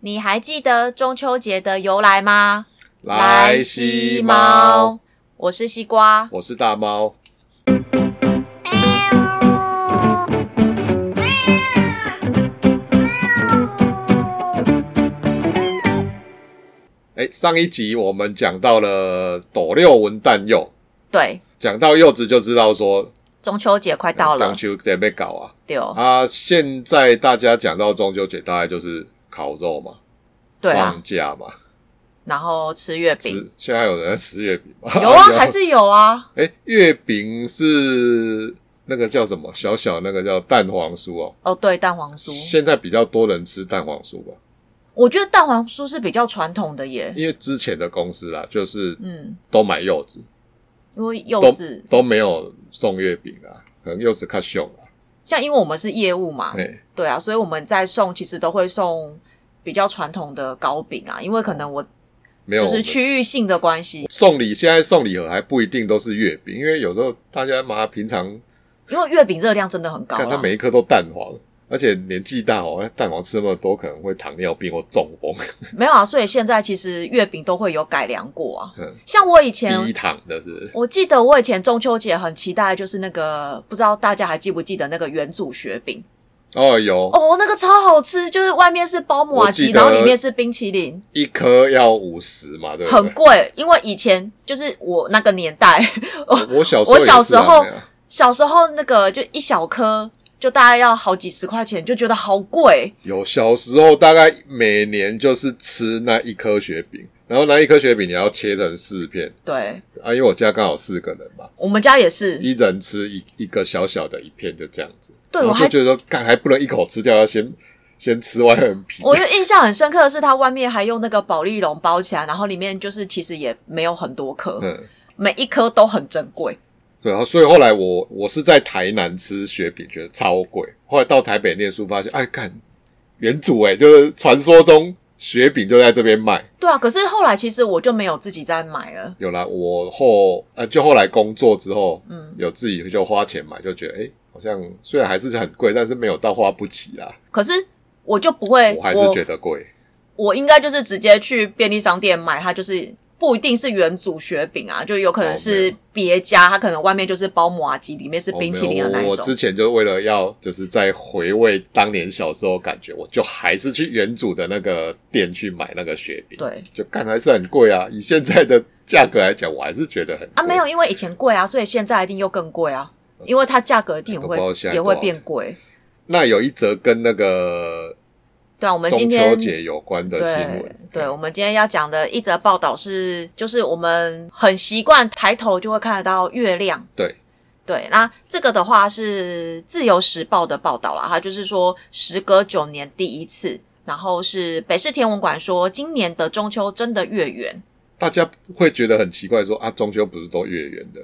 你还记得中秋节的由来吗？来西猫，，我是西瓜。我是大猫。哎，上一集我们讲到了斗六文旦柚，对，讲到柚子就知道说中秋节快到了嗯中，秋节被搞啊对哦，啊！现在大家讲到中秋节，大概就是烤肉嘛，对啊放，假嘛，然后吃月饼，吃。现在有人在吃月饼吗？有 啊，还是有啊，哎，月饼是那个叫什么？小小那个叫蛋黄酥哦。哦，对，蛋黄酥，现在比较多人吃蛋黄酥吧，我觉得蛋黄酥是比较传统的耶，因为之前的公司啊，就是嗯，都买柚子，因为柚都子，都没有送月饼啊，可能柚子看凶啊。像因为我们是业务嘛，哎，对啊，所以我们在送其实都会送比较传统的糕饼啊，因为可能我没有就是区域性的关系，送礼，现在送礼盒还不一定都是月饼，因为有时候大家嘛平常因为月饼热量真的很高啊看它啦，每一颗都蛋黄，而且年纪大哦，蛋黄吃那么多可能会糖尿病或中风，没有啊，所以现在其实月饼都会有改良过啊嗯，像我以前低糖的是不是我记得我以前中秋节很期待，就是那个不知道大家还记不记得那个元祖雪饼哦，有哦，那个超好吃，就是外面是包马我吉，记得然后里面是冰淇淋，一颗要五十嘛，对不对？很贵。因为以前就是我那个年代， 我小时候我也小是时啊候那样小时候那个就一小颗，就大概要好几十块钱，就觉得好贵。有小时候大概每年就是吃那一颗雪饼，然后那一颗雪饼你要切成四片对啊，因为我家刚好四个人嘛，我们家也是，一人吃一一个小小的一片，就这样子。对然我后就还觉得干还不能一口吃掉，要先先吃完很皮。我就印象很深刻的是，它外面还用那个保丽龙包起来，然后里面就是其实也没有很多颗，嗯，每一颗都很珍贵。对啊，所以后来我我是在台南吃雪饼，觉得超贵。后来到台北念书，发现哎，看原主哎、就是传说中雪饼就在这边卖。对啊，可是后来其实我就没有自己再买了。有啦，我后呃，就后来工作之后，嗯，有自己就花钱买，就觉得哎、诶好像虽然还是很贵，但是没有到花不起啦。可是我就不会，我哎我还是觉得贵，我应该就是直接去便利商店买，它就是不一定是原祖雪饼啊，就有可能哦没是别家，它可能外面就是包麻吉，里面是哦冰淇淋的没有那一我我种。之前就为了要就是在回味当年小时候感觉，我就还是去原主的那个店去买那个雪饼，，对就看还是很贵啊。 以现在的价格来讲，我还是觉得很啊，贵没有，因为以前贵啊，所以现在一定又更贵啊，因为它价格一定也我哎不知道会现在也会多少变贵。那有一则跟那个对啊，我们今中天秋节有关的新对闻，对，我们今天要讲的一则报道是，就是我们很习惯抬头就会看得到月亮。对对，那这个的话是《自由时报》的报道啦，它就是说时隔九年第一次，然后是北市天文馆说今年的中秋真的月圆。大家会觉得很奇怪说啊，中秋不是都月圆的？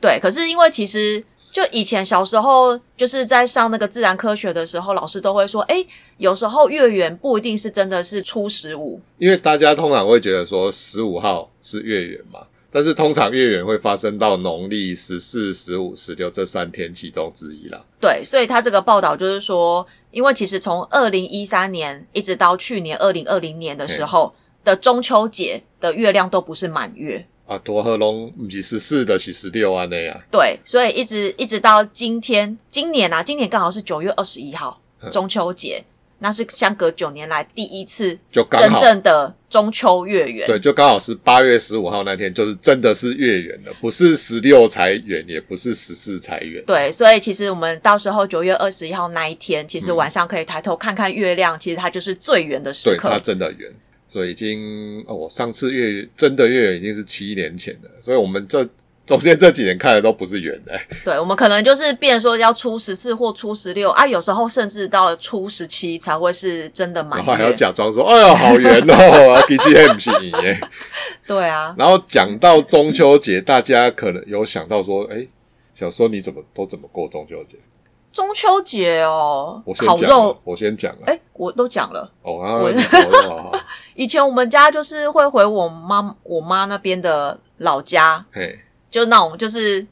对，可是因为其实就以前小时候就是在上那个自然科学的时候，老师都会说，诶，有时候月圆不一定是真的是初十五，因为大家通常会觉得说十五号是月圆嘛，但是通常月圆会发生到农历十四、十五、十六这三天其中之一啦。对，所以他这个报道就是说，因为其实从二零一三年一直到去年二零二零年的时候的中秋节的月亮都不是满月，啊，多喝龙不是十四的，是十六啊那样。对，所以一直一直到今天，今年啊，今年刚好是九月二十一号嗯中秋节，那是相隔九年来第一次就刚真好正的中秋月圆。对，就刚好是八月十五号那天，就是真的是月圆了，不是十六才圆，也不是十四才圆。对，所以其实我们到时候九月二十一号那一天，其实晚上可以抬头看看月亮，其实它就是最圆的时对，刻。它真的圆，所以已经哦，我上次月真的月圆已经是七年前了，所以我们这中间这几年看的都不是圆的、对，我们可能就是变成说要初十四或初十六啊，有时候甚至到初十七才会是真的满然后还要月。假装说，哎呀，好圆哦， 啊，其实也不是你耶。对啊，然后讲到中秋节，大家可能有想到说，哎，小时候你怎么都怎么过中秋节？中秋节哦我，先烤讲肉了，，我先讲啊了。哎，我都讲了。哦，我 啊，你烤肉好好，以前我们家就是会回我妈我妈那边的老家，嘿，就那种就是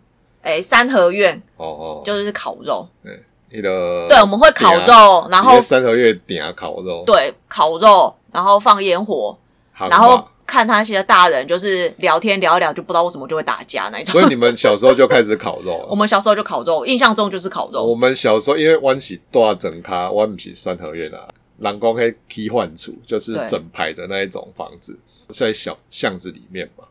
哎三合院，哦哦，就是烤肉。对那个对，我们会烤鼎啊，肉，然后你的三合月点啊烤肉，对烤肉，然后放烟火，好吧，然后看他那些大人就是聊天聊一聊，就不知道为什么就会打架那一种。 所以你们小时候就开始烤肉 我了。们小时候就烤肉，印象中就是烤肉我。们小时候因为湾起大整咖，湾不是三合院啊，南宫黑梯换处就是对整排的那一种房子，在小巷子里面嘛。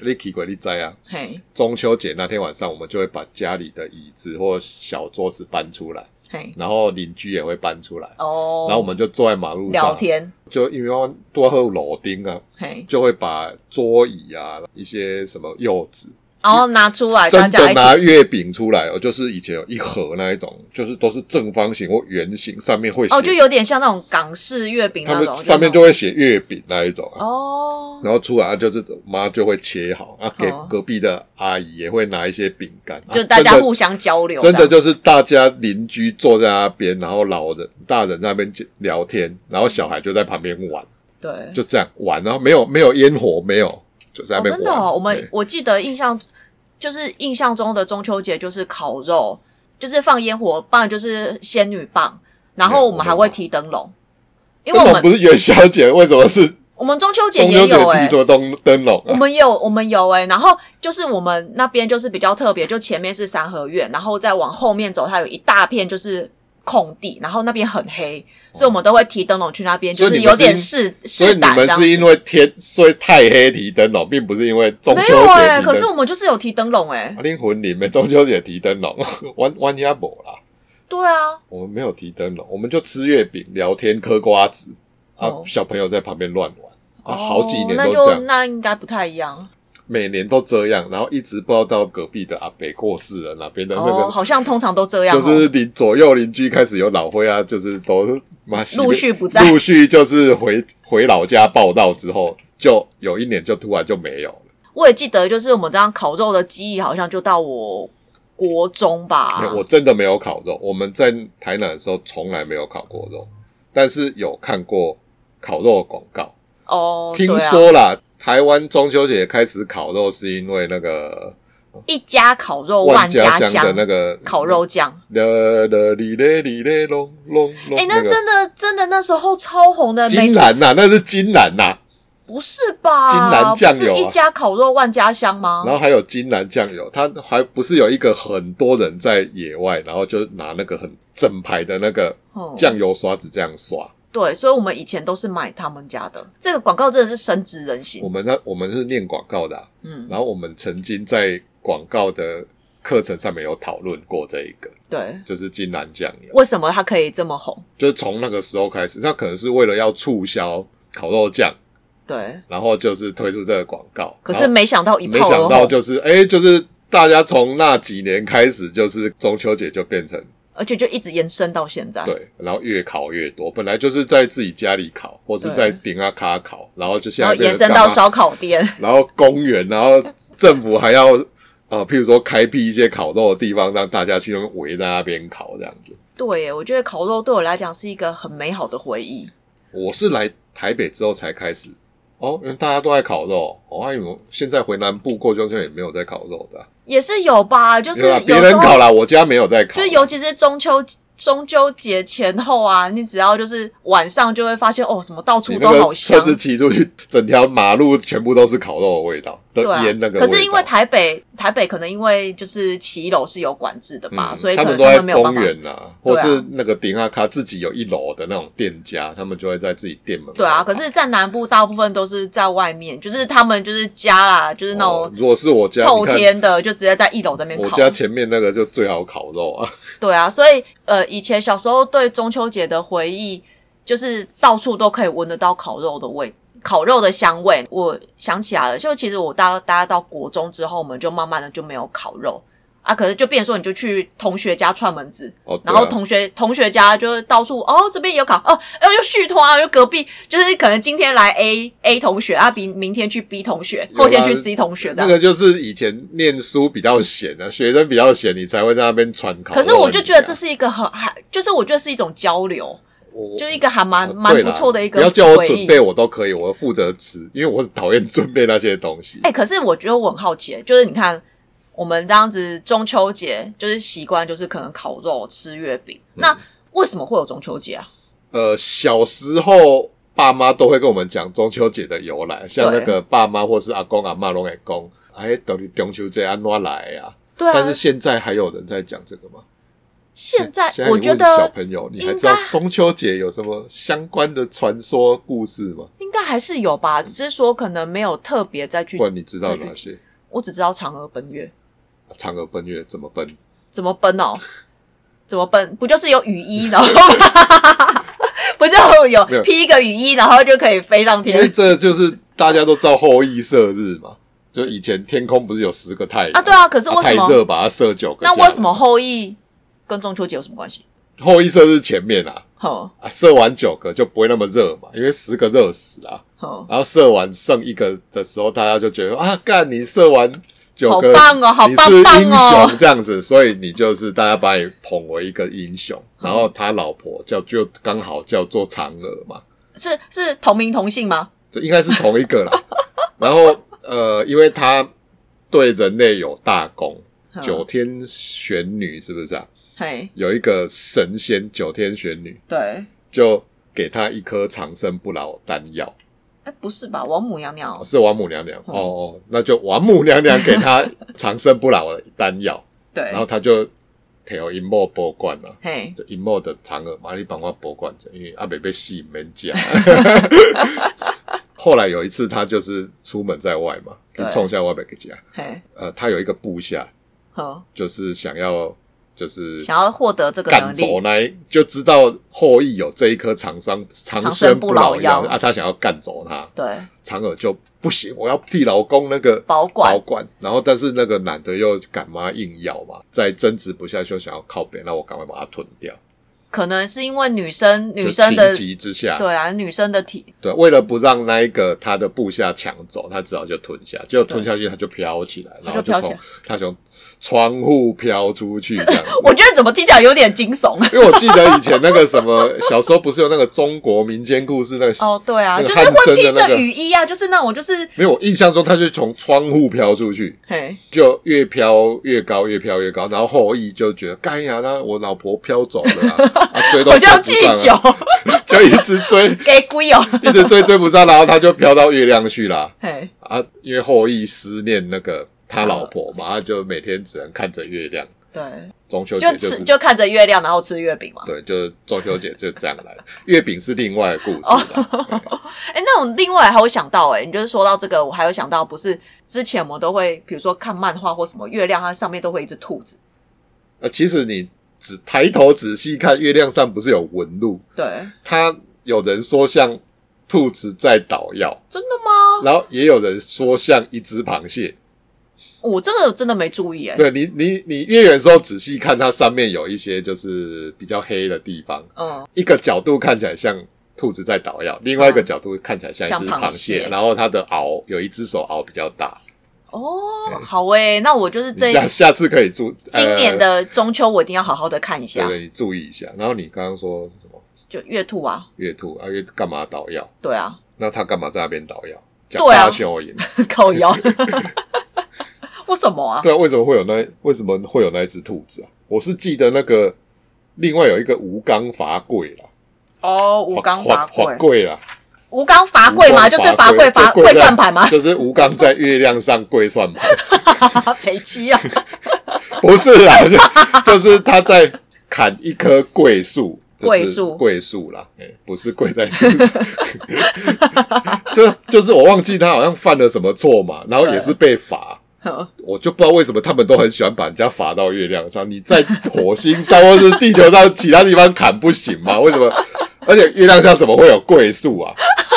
你奇鬼你在啊？嘿，中秋节那天晚上，我们就会把家里的椅子或小桌子搬出来，嘿，然后邻居也会搬出来，哦，然后我们就坐在马路上聊，天，就因为多喝楼丁啊，嘿，就会把桌椅啊一些什么柚子，然后拿出来大真家的一拿起吃。月饼出来哦，就是以前有一盒那一种，就是都是正方形或圆形，上面会写，哦，就有点像那种港式月饼他那们种，上面就会写月饼那一种啊。哦，然后出来啊就是妈就会切好，啊给哦隔壁的阿姨也会拿一些饼干，啊就大家真的互相交流，真的就是大家邻居坐在那边，然后老人大人在那边聊天，然后小孩就在旁边玩，这样对，就这样玩，然后没有没有烟火，没有就在那哦，边玩。真的、哦，我对们我记得印象就是印象中的中秋节就是烤肉，就是放烟火棒，就是仙女棒，然没有后我们还我没会有提灯笼，因为灯我笼们不是元宵节，为什么 是我们中秋节中也秋节有哎、提出灯灯笼我 啊？们有，我们有哎、然后就是我们那边就是比较特别，就前面是三合院，然后再往后面走，它有一大片就是空地，然后那边很黑，所以我们都会提灯笼去那边，就所以是你们有是点试所以试你胆这们样是子。因为天所以太黑提灯笼，并不是因为中秋没节有哎、提可灯是笼。我们就是有提灯笼哎、啊，灵魂里面中秋节提灯笼， 玩玩鸭脖啦。对啊，我们没有提灯笼，我们就吃月饼、聊天、嗑瓜子啊，哦小朋友在旁边乱玩啊，好几年哦、都那这就样，那应该不太一样每年都这样，然后一直不知道到隔壁的阿北过世了，哪边的那个、哦，好像通常都这样、就哦，是邻左右邻居开始有老灰啊，就是都妈洗陆续不在陆续就是回回老家报道之后，就有一年就突然就没有了。我也记得，就是我们这样烤肉的记忆，好像就到我国中吧。哎我真的没有烤肉，我们在台南的时候从来没有烤过肉，但是有看过烤肉的广告，哦，听对啊说啦，台湾中秋节开始烤肉是因为那个一家烤肉万家香的那个烤肉酱。了了哩嘞哩嘞隆隆隆，哎、那个真的真的那时候超红的，每金次兰呐，那是金兰呐。不是吧？金兰酱油啊不是一家烤肉万家香吗然？后还有金兰酱油，它还不是有一个很多人在野外，然后就拿那个很整排的那个哦酱油刷子这样刷。对，所以我们以前都是买他们家的。这个广告真的是深植人我心。们那我们是念广告的啊、嗯，然后我们曾经在广告的课程上面有讨论过这一个，对，就是金兰酱油，为什么它可以这么红？就是从那个时候开始，那可能是为了要促销烤肉酱，对，然后就是推出这个广告。可然是后没哦想到一没炮而想到红，就是哎，就是大家从那几年开始，就是中秋节就变成。而且就一直延伸到现在。对，然后越烤越多。本来就是在自己家里烤，或是在顶啊卡烤，然后就现然在后变延成伸干到嘛，烧烤店， 然后公园，然后政府还要呃，譬如说开辟一些烤肉的地方，让大家去那边围在那边烤这样子。对耶，我觉得烤肉对我来讲是一个很美好的回忆。我是来台北之后才开始哦，因为大家都在烤肉，我、哦、还以为现在回南部过中秋也没有在烤肉的啊、也是有吧，就是对啊别有时人候烤啦，我家没有在烤就啦，是尤其是中秋中秋节前后啊，你只要就是晚上就会发现哦，什么到你处都那好个车香，子骑出去，整条马路全部都是烤肉的味道的对啊烟那个味道。可是因为台北台北可能因为就是骑楼是有管制的吧，嗯所以他可们能都在没有办公法。园啦、或对啊是那个顶阿卡自己有一楼的那种店家，他们就会在自己店门口哦对啊，可是，在南部大部分都是在外面，就是他们就是家啦，就是那哦种如果是我家，透你看天的，就直接在一楼这边我烤。家前面那个就最好烤肉啊， 对啊，所以呃，以前小时候对中秋节的回忆，就是到处都可以闻得到烤肉的味，烤肉的香味。我想起来了，就其实我大大家到国中之后，我们就慢慢的就没有烤肉啊，可是就变成说你就去同学家串门子，哦，对然啊后同学同学家就是到处哦，这边也有烤哦，然后又续托啊，就隔壁就是可能今天来 A A 同学啊，比明天去 B 同学，后天去 C 同学这那样。个就是以前念书比较闲啊，学生比较闲，你才会在那边传烤肉啊。可是我就觉得这是是一个很还，就是我觉得是一种交流。我就是一个还蛮我蛮啊对不啦错的一个回不要忆。叫我准备，我都可以，我负责吃，因为我讨厌准备那些东西。哎、可是我觉得我很好奇，就是你看我们这样子中秋节就是习惯，就是可能烤肉、吃月饼。那嗯为什么会有中秋节啊？呃，小时候爸妈都会跟我们讲中秋节的由来，像那个爸妈或是阿公阿妈拢会讲，哎，到底中秋节安怎来呀、对但是啊，现在还有人在讲这个吗？现在现在你我觉问小得朋友，你应还该知道中秋节有什么相关的传说故事吗？应该还是有吧，嗯只是说可能没有特别再去不。然你知道这哪些？我只知道嫦娥奔月嫦娥奔月怎么奔？怎么奔哦，怎么奔？不就是有雨衣， 然后不是有没有披一个雨衣，然后就可以飞上因为天这就是大家都知道后羿射日嘛，就以前天空不是有十个太阳啊？对，啊，可是为太什么？热把它射九个下那来。为什么后羿跟中秋节有什么关系？后羿射日前面啊？哼啊，射完九个就不会那么热嘛，因为十个热死啦、哼，然后射完剩一个的时候，大家就觉得啊，干你射完九好个，棒哦好你棒是棒英哦雄这样子，所以你就是大家把你捧为一个英雄。嗯然后他老婆叫就刚好叫做嫦娥嘛，是是同名同姓吗？这应该是同一个啦。 然后呃，因为他对人类有大功，哼九天玄女是不是啊？嗯嘿，有一个神仙九天玄女，对，就给他一颗长生不老丹药。哎，不是吧？王母娘娘哦，是王母娘娘。嗯哦哦，那就王母娘娘给 他长生不老的丹药，对然，后他就挑一莫博冠了。嘿，啊就一莫的嫦娥嘛，你帮我博冠，因为阿北被戏门讲。 后来有一次，他就是出门在外嘛，对就冲下外面给家。嘿，呃，他有一个部下，好，就是想要就是想要获得这个赶能走力，那，就知道后羿有这一颗长生长长生生不不老老药药啊，他想要干走他。对，嫦娥就不行，我要替老公那个保管保管。然后，但是那个男的又敢妈硬要嘛，再争执不下就想要靠边，那我赶快把它吞掉。可能是因为女生就女生的情急之下，对啊，女生的体对，为了不让那一个他的部下抢走，他只好就吞下。结果吞下去，他就飘起来，然后他就飘起从来他从窗户飘出去这 样子。我觉得怎么听起来有点惊悚啊 因为我记得以前那个什么，小时候不是有那个中国民间故事那个。 哦，对啊，那个就是汉森会披的那个着雨衣啊，就是那种就是没有，我印象中他就从窗户飘出去，嘿，就越飘越高，越飘越高，然后后羿就觉得干呀，那我老婆飘走了 啊，啊追 都好追像不气上、球啊， 就一直追， 给龟哦，一直追追不上，然后他就飘到月亮去啦。嘿，啊，因为后羿思念那个他老婆嘛，他就每天只能看着月亮。对，中秋节就就是吃就看着月亮，然后吃月 饼嘛。对，就是中秋节就这样来。月饼是另外的故事啦，哎，那我另外还有想到、欸，哎，你就是说到这个，我还有想到，不是之前我们都会，比如说看漫画或什么，月亮它上面都会一只兔子，呃，其实你只抬头仔细看，月亮上不是有纹路？对，它有人说像兔子在捣药。真的吗？然后也有人说像一只螃蟹，我这个真的没注意、欸，哎，对你你你越远的时候仔细看，它上面有一些就是比较黑的地方，嗯，一个角度看起来像兔子在捣药，另外一个角度看起来像一只像螃螃蟹，蟹然后它的螯有一只手螯比较大，哦，好诶、那我就是你这下下次可以注今年。呃的中秋我一定要好好的看一对下，对，你注意一下。然后你刚刚说什么就月兔啊，月兔啊？月兔干嘛捣药？对啊， 那他干嘛在那边捣药？讲对啊大修言。靠 腰，为什么啊？对啊，为什么会有那为什么会有那一只兔子啊？我是记得那个另外有一个吴刚伐桂啦，哦，吴刚罚伐伐跪，桂啦，吴刚罚跪嘛，吴刚就是罚跪罚就跪在，算盘嘛就是吴刚在月亮上跪算盘， 赔妻啊，不是啦， 就就是他在砍一棵桂树。就是桂树桂树啦，哎、不是跪在树上， 就就是我忘记他好像犯了什么错嘛，然后也是被罚，哼我就不知道为什么他们都很喜欢把人家罚到月亮上。你在火星上或是地球上其他地方砍不行吗？ 为什么？而且月亮上怎么会有桂树啊？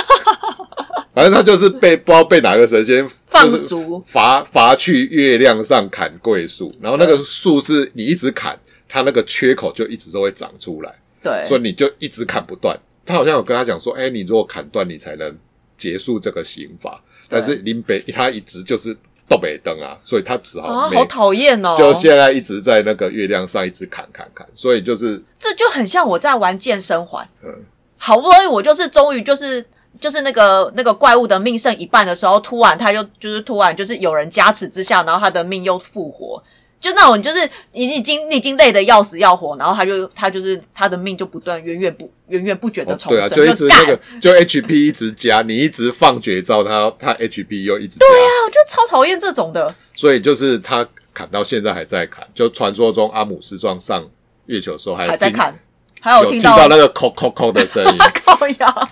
反正他就是被不知道被哪个神仙放就是逐罚罚去月亮上砍桂树，然后那个树是你一直砍，它那个缺口就一直都会长出来，对，所以你就一直砍不断。他好像有跟他讲说，哎、你如果砍断，你才能结束这个刑罚。对但是林北他一直就是斗北灯啊，所以他只好啊，每、好讨厌哦，就现在一直在那个月亮上一直砍砍砍，所以就是这就很像我在玩健身环。嗯好不容易我就是终于就是就是那个那个怪物的命剩一半的时候，突然他就就是突然就是有人加持之下，然后他的命又复活，就那种就是你已经你已经累得要死要活，然后他就他就是他的命就不断源源不源源不绝的哦重对生，啊，就一直干那个，就 HP 一直加，你一直放绝招，他他 HP 又一直加，啊，我就超讨厌这种的。所以就是他砍到现在还在砍，就传说中阿姆斯壮上月球的时候还还在听看，还有有听听到到那个扣扣扣的声音，靠 呀，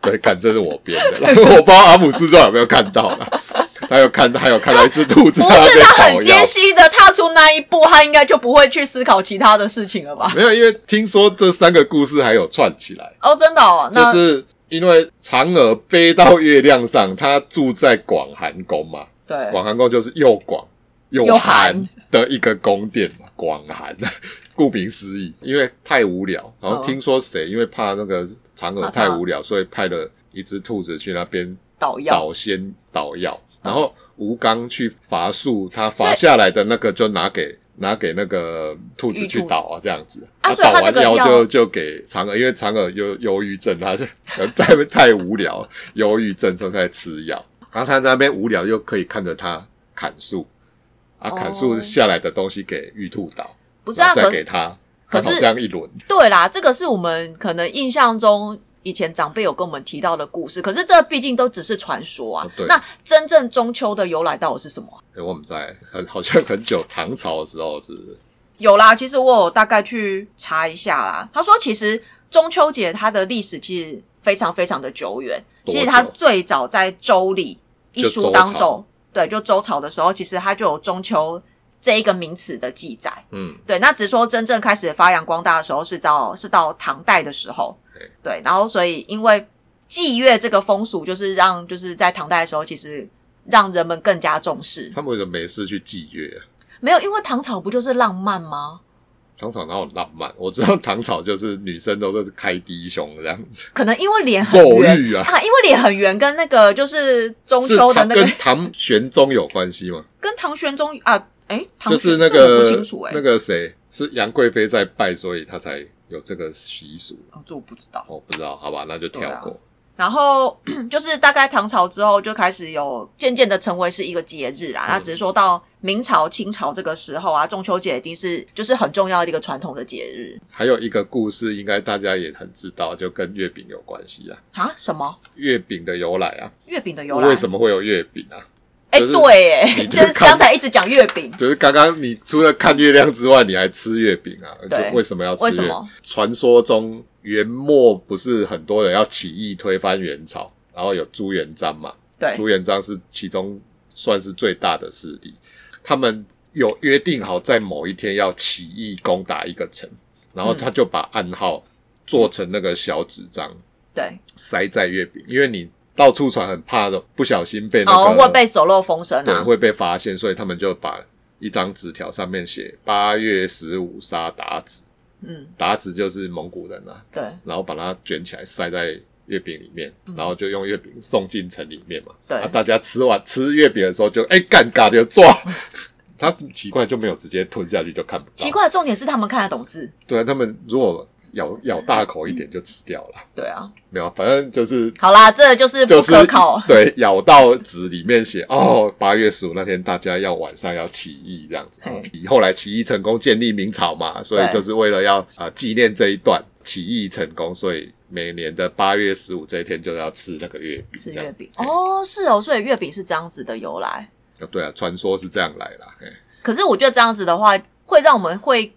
对，看这是我编的 啦，我不知道阿姆斯壮有没有看到啦，他有看，他有看到一只兔子不在那是边他烤很药艰。辛的踏出那一步，他应该就不会去思考其他的事情了吧？没有，因为听说这三个故事还有串起来，哦，真的哦，就那是因为嫦娥飞到月亮上，她住在广寒宫嘛，对广寒宫就是又广又又寒寒的一个宫殿嘛，广寒， 顾名思义，因为太无聊。然后哦听说谁因为怕那个嫦娥怕太她无聊，所以派了一只兔子去那边倒药，嗯捣仙捣药，然后吴刚去伐树，他伐下来的那个就拿给。拿给那个兔子玉去兔捣啊，这样子，啊所以捣他完这个药药就就给嫦娥，因为嫦娥有忧郁症，他就 在那边太无聊，忧郁症所以才吃药。然后他在那边无聊，又可以看着他砍树，啊，砍树哦下来的东西给玉兔捣，不是然啊？后再可给他，可刚好是这样一轮。对啦，这个是我们可能印象中以前长辈有跟我们提到的故事，可是这毕竟都只是传说啊哦。对那真正中秋的由来到底是什么啊？哎我们在很好像很久唐朝的时候，是不是？有啦，其实我有大概去查一下啦。他说，其实中秋节它的历史其实非常非常的久远，多久其实它最早在周礼一书当就周朝中，对，就周朝的时候，其实它就有中秋这一个名词的记载。嗯，对，那只是说真正开始发扬光大的时候是到是到唐代的时候对，对，然后所以因为祭月这个风俗，就是让就是在唐代的时候，其实让人们更加重视。他们为什么没事去祭月啊？没有，因为唐朝不就是浪漫吗？唐朝哪有浪漫？我知道唐朝就是女生都是开低胸这样子，可能因为脸很肉圆欲啊，啊，因为脸很圆，跟那个就是中是秋的唐那个跟唐玄宗有关系吗？跟唐玄宗啊，诶，唐就玄是那这我不个清楚诶，欸那个谁是杨贵妃在拜，所以她才有这个习俗。啊这我不知道。我不知道，好吧，那就跳过。然后嗯就是大概唐朝之后就开始有渐渐的成为是一个节日嗯啊，那只是说到明朝、清朝这个时候啊，中秋节一定是就是很重要的一个传统的节日还有一个故事，应该大家也很知道，就跟月饼有关系啊。啊。什么月饼的由来啊，月饼的由来？为什么会有月饼啊？哎、就是对，哎，你 就是就看刚才一直讲月饼，就是刚刚你除了看月亮之外，你还吃月饼啊？对就为什么要吃为月什饼？么传说中元末不是很多人要起义推翻元朝，然后有朱元璋嘛？对，朱元璋是其中算是最大的势力，他们有约定好在某一天要起义攻打一个城，然后嗯他就把暗号做成那个小纸张对，塞在月饼，因为你到处传很怕的，不小心被那个、哦，会被走漏风声对，啊。会被发现，所以他们就把一张纸条上面写“八月十五杀鞑子”，嗯，鞑子就是蒙古人啊，对然后把它卷起来塞在月饼里面，嗯然后就用月饼送进城里面嘛。对啊、大家吃完吃月饼的时候就哎干嘎就抓， 他奇怪就没有直接吞下去，就看不到。奇，怪，重点是他们看得懂字。对啊，他们如果咬咬大口一点就吃掉了，对啊，没有，反正就是好啦，这 就是不就是可考。 对，咬到纸里面写哦，八月十五那天大家要晚上要起义这样子。嘿后来起义成功，建立明朝嘛，所以对就是为了要啊、呃纪念这一段起义成功，所以每年的八月十五这一天就要吃那个月饼。是这月样饼哦，是哦，所以月饼是这样子的由来。啊对啊，传说是这样来啦。嘿可是我觉得这样子的话，会让我们会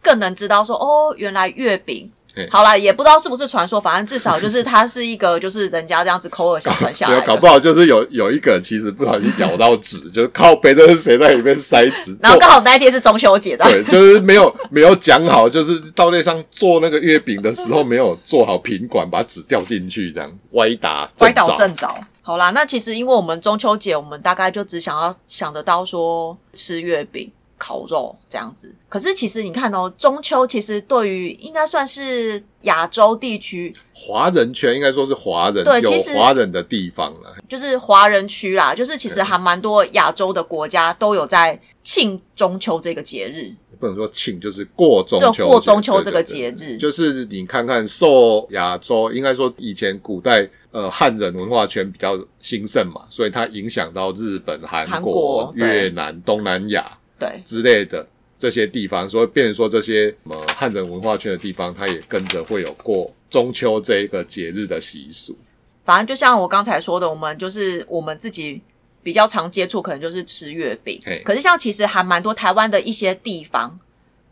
更能知道说，哦，原来月饼嘿。好啦，也不知道是不是传说，反正至少就是它是一个，就是人家这样子口耳相传下 对来啊，搞的不。好就是有有一个人其实不小心咬到纸，就是靠背，这是谁在里面塞纸？ 然后做刚好那一天是中秋节，这样 对，就是没有没有讲好，就是到那上做那个月饼的时候没有做好品管，把纸掉进去，这样歪打 歪倒正着正着。好啦，那其实因为我们中秋节，我们大概就只想要想得到说吃月饼、烤肉这样子。可是其实你看哦，中秋其实对于应该算是亚洲地区华人圈应该说是华人对有其实华人的地方了，就是华人区啦，就是其实还蛮多亚洲的国家都有在庆中秋这个节日。不不能说庆，就是过中就秋节，过中秋对这个对对节日，就是你看看受亚洲，应该说以前古代呃汉人文化圈比较兴盛嘛，所以它影响到日本、韩韩国国、对越南、东南亚对之类的这些地方，所以变成说这些什么汉人文化圈的地方，它也跟着会有过中秋这一个节日的习俗。反正就像我刚才说的，我们就是我们自己比较常接触，可能就是吃月饼嘿。可是像其实还蛮多台湾的一些地方，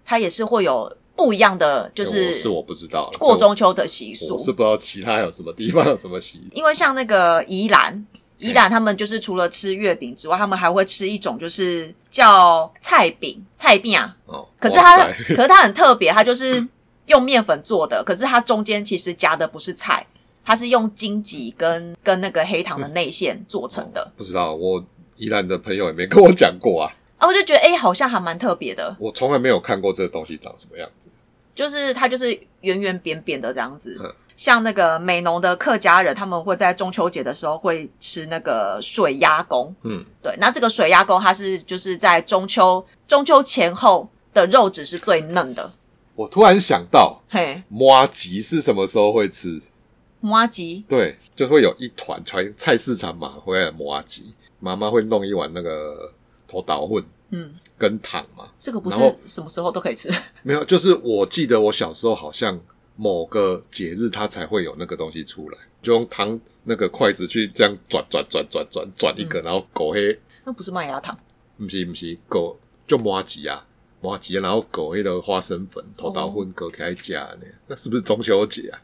它也是会有不一样的，就我是是我不知道啦过这我中秋的习俗我。是不知道其他有什么地方有什么习俗。因为像那个宜兰，宜兰他们就是除了吃月饼之外，他们还会吃一种就是叫菜饼、菜饼啊。哦，可是它，哇塞 可是它很特别，它就是用面粉做的，可是它中间其实夹的不是菜，它是用荆棘跟跟那个黑糖的内馅做成的。不知道，我宜兰的朋友也没跟我讲过啊，啊，我就觉得哎、诶好像还蛮特别的，我从来没有看过这个东西长什么样子。就是它就是圆圆扁扁的这样子。嗯像那个美浓的客家人，他们会在中秋节的时候会吃那个水鸭公。嗯，对，那这个水鸭公它是就是在中秋中秋前后的肉质是最嫩的。我突然想到，嘿，麻吉是什么时候会吃？麻吉对，就会有一团传菜市场买回来的麻吉，妈妈会弄一碗那个头倒混，嗯，跟糖嘛，这个不是然后什么时候都可以吃。没有，就是我记得我小时候好像某个节日它才会有那个东西出来，就用汤那个筷子去这样转转转转转转一个，然嗯后狗黑，那不是麦芽糖，不是不是狗就麻吉啊。麻吉，然后狗那个花生粉、头倒混割开加呢，那是不是中秋节啊？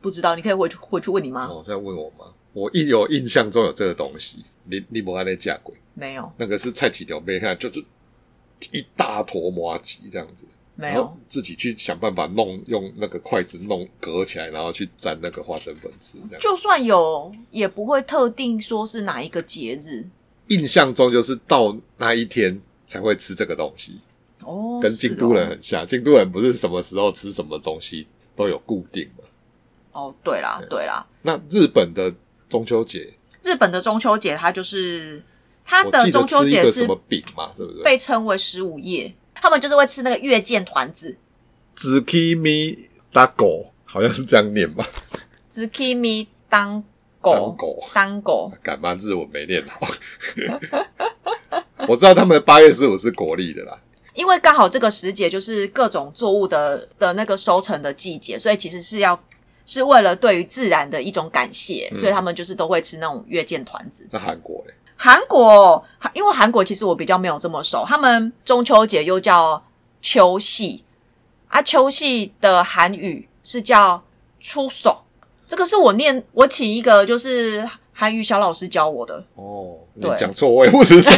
不知道，你可以回去回去问你妈。哦，在问我吗？我一有印象中有这个东西，你你没安那架鬼，没有，那个是菜起条妹，看就是一大坨麻吉这样子，没然有后，自己去想办法弄，用那个筷子弄隔起来，然后去沾那个花生粉吃，这样。就算有，也不会特定说是哪一个节日。印象中就是到那一天才会吃这个东西，哦，跟是京都人哦很像。京都人不是什么时候吃什么东西都有固定嘛？哦，对啦，对啦，那日本的中秋节，日本的中秋节它就是它我的记得中秋吃一节个什是么饼嘛，对不对？被称为十五夜，他们就是会吃那个月见团子紫 k i m i d a g o 好像是这样念吧？ z k i m i 当当狗狗，当狗，干嘛日文没练好？ 我知道他们八月十五是国历的啦，因为刚好这个时节就是各种作物的的那个收成的季节，所以其实是要是为了对于自然的一种感谢，所以他们就是都会吃那种月见团子。那韩国嘞，韩国，韩因为韩国其实我比较没有这么熟，他们中秋节又叫秋夕，啊，秋夕的韩语是叫出手，这个是我念我请一个就是韩语小老师教我的， 哦，你对讲错我也不 知道。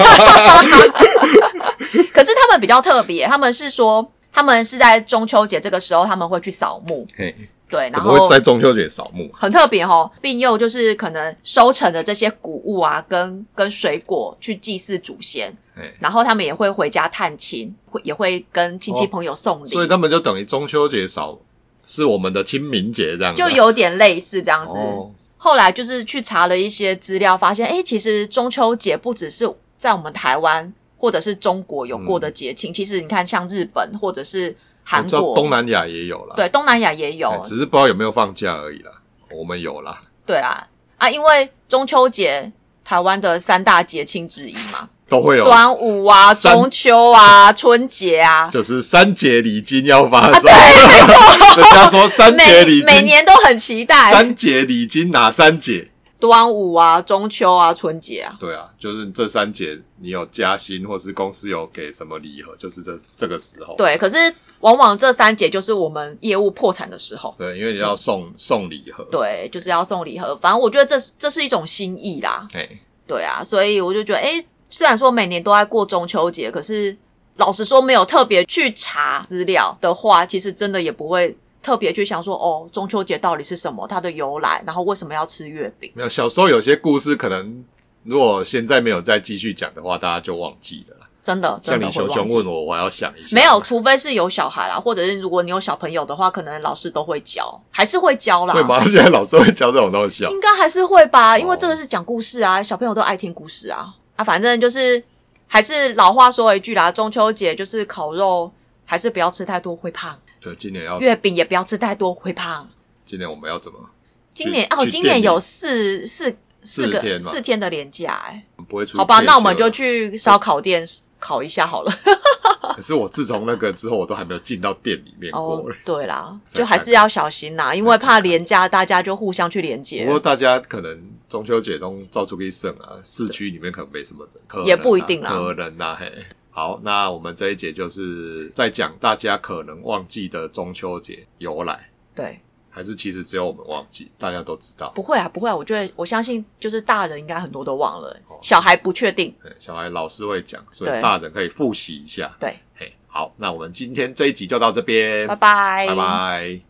可是他们比较特别，他们是说他们是在中秋节这个时候他们会去扫墓，嘿对，怎然么会后在中秋节扫墓？很特别哦，并用就是可能收成的这些谷物啊，跟跟水果去祭祀祖先，哎，然后他们也会回家探亲，会也会跟亲戚朋友送礼，哦所以他们就等于中秋节扫，是我们的清明节这样子啊。就有点类似这样子。哦，后来就是去查了一些资料，发现诶，其实中秋节不只是在我们台湾或者是中国有过的节庆，其实你看像日本或者是韩嗯我知道国，东南亚也有啦，对东南亚也有哎，只是不知道有没有放假而已啦。我们有啦，对啦啊，因为中秋节台湾的三大节庆之一嘛，都会有，端午啊、三中秋啊、春节啊，就是三节礼金要发生。人家说三节礼每每金年都很期待三节礼金哪三节？端午啊、中秋啊、春节啊。对啊，就是这三节，你有加薪或是公司有给什么礼盒，就是这这个时候。对，可是往往这三节就是我们业务破产的时候。对，因为你要送送礼盒。，对，就是要送礼盒。反正我觉得这是这是一种心意啦，哎，对啊，所以我就觉得，诶，虽然说每年都在过中秋节，可是老实说，没有特别去查资料的话，其实真的也不会特别去想说，哦，中秋节到底是什么，它的由来，然后为什么要吃月饼？没有小时候有些故事，可能如果现在没有再继续讲的话，大家就忘记了啦。真的，真像的会你熊熊忘记。问我，我还要想一下。没有，除非是有小孩啦，或者是如果你有小朋友的话，可能老师都会教，还是会教啦。会 吗？现在老师会教这种东西啊？应该还是会吧，因为这个是讲故事啊，小朋友都爱听故事啊啊，反正就是还是老话说一句啦，中秋节就是烤肉还是不要吃太多会胖，对，今年要月饼也不要吃太多会胖。今年我们要怎么？今年去哦，去今店年里有四四四个四天嘛四天的连假、哎，我们不会出好吧，去那我们吃了就。去烧烤店烤一下好了。可是我自从那个之后，我都还没有进到店里面哦过。，对啦，再就还是要小心啦，因为怕廉价，大家就互相去连接不，过大家可能中秋节都照出去剩啊，市区里面可能没什么人，可能啊也不一定啦可能啦嘿。好，那我们这一节就是在讲大家可能忘记的中秋节由来，对，还是其实只有我们忘记，大家都知道。不会啊，不会啊，我觉得我相信就是大人应该很多都忘了哦，小孩不确定。嘿小孩老师会讲，所以对大人可以复习一下。对，嘿，好，那我们今天这一集就到这边，拜拜，拜拜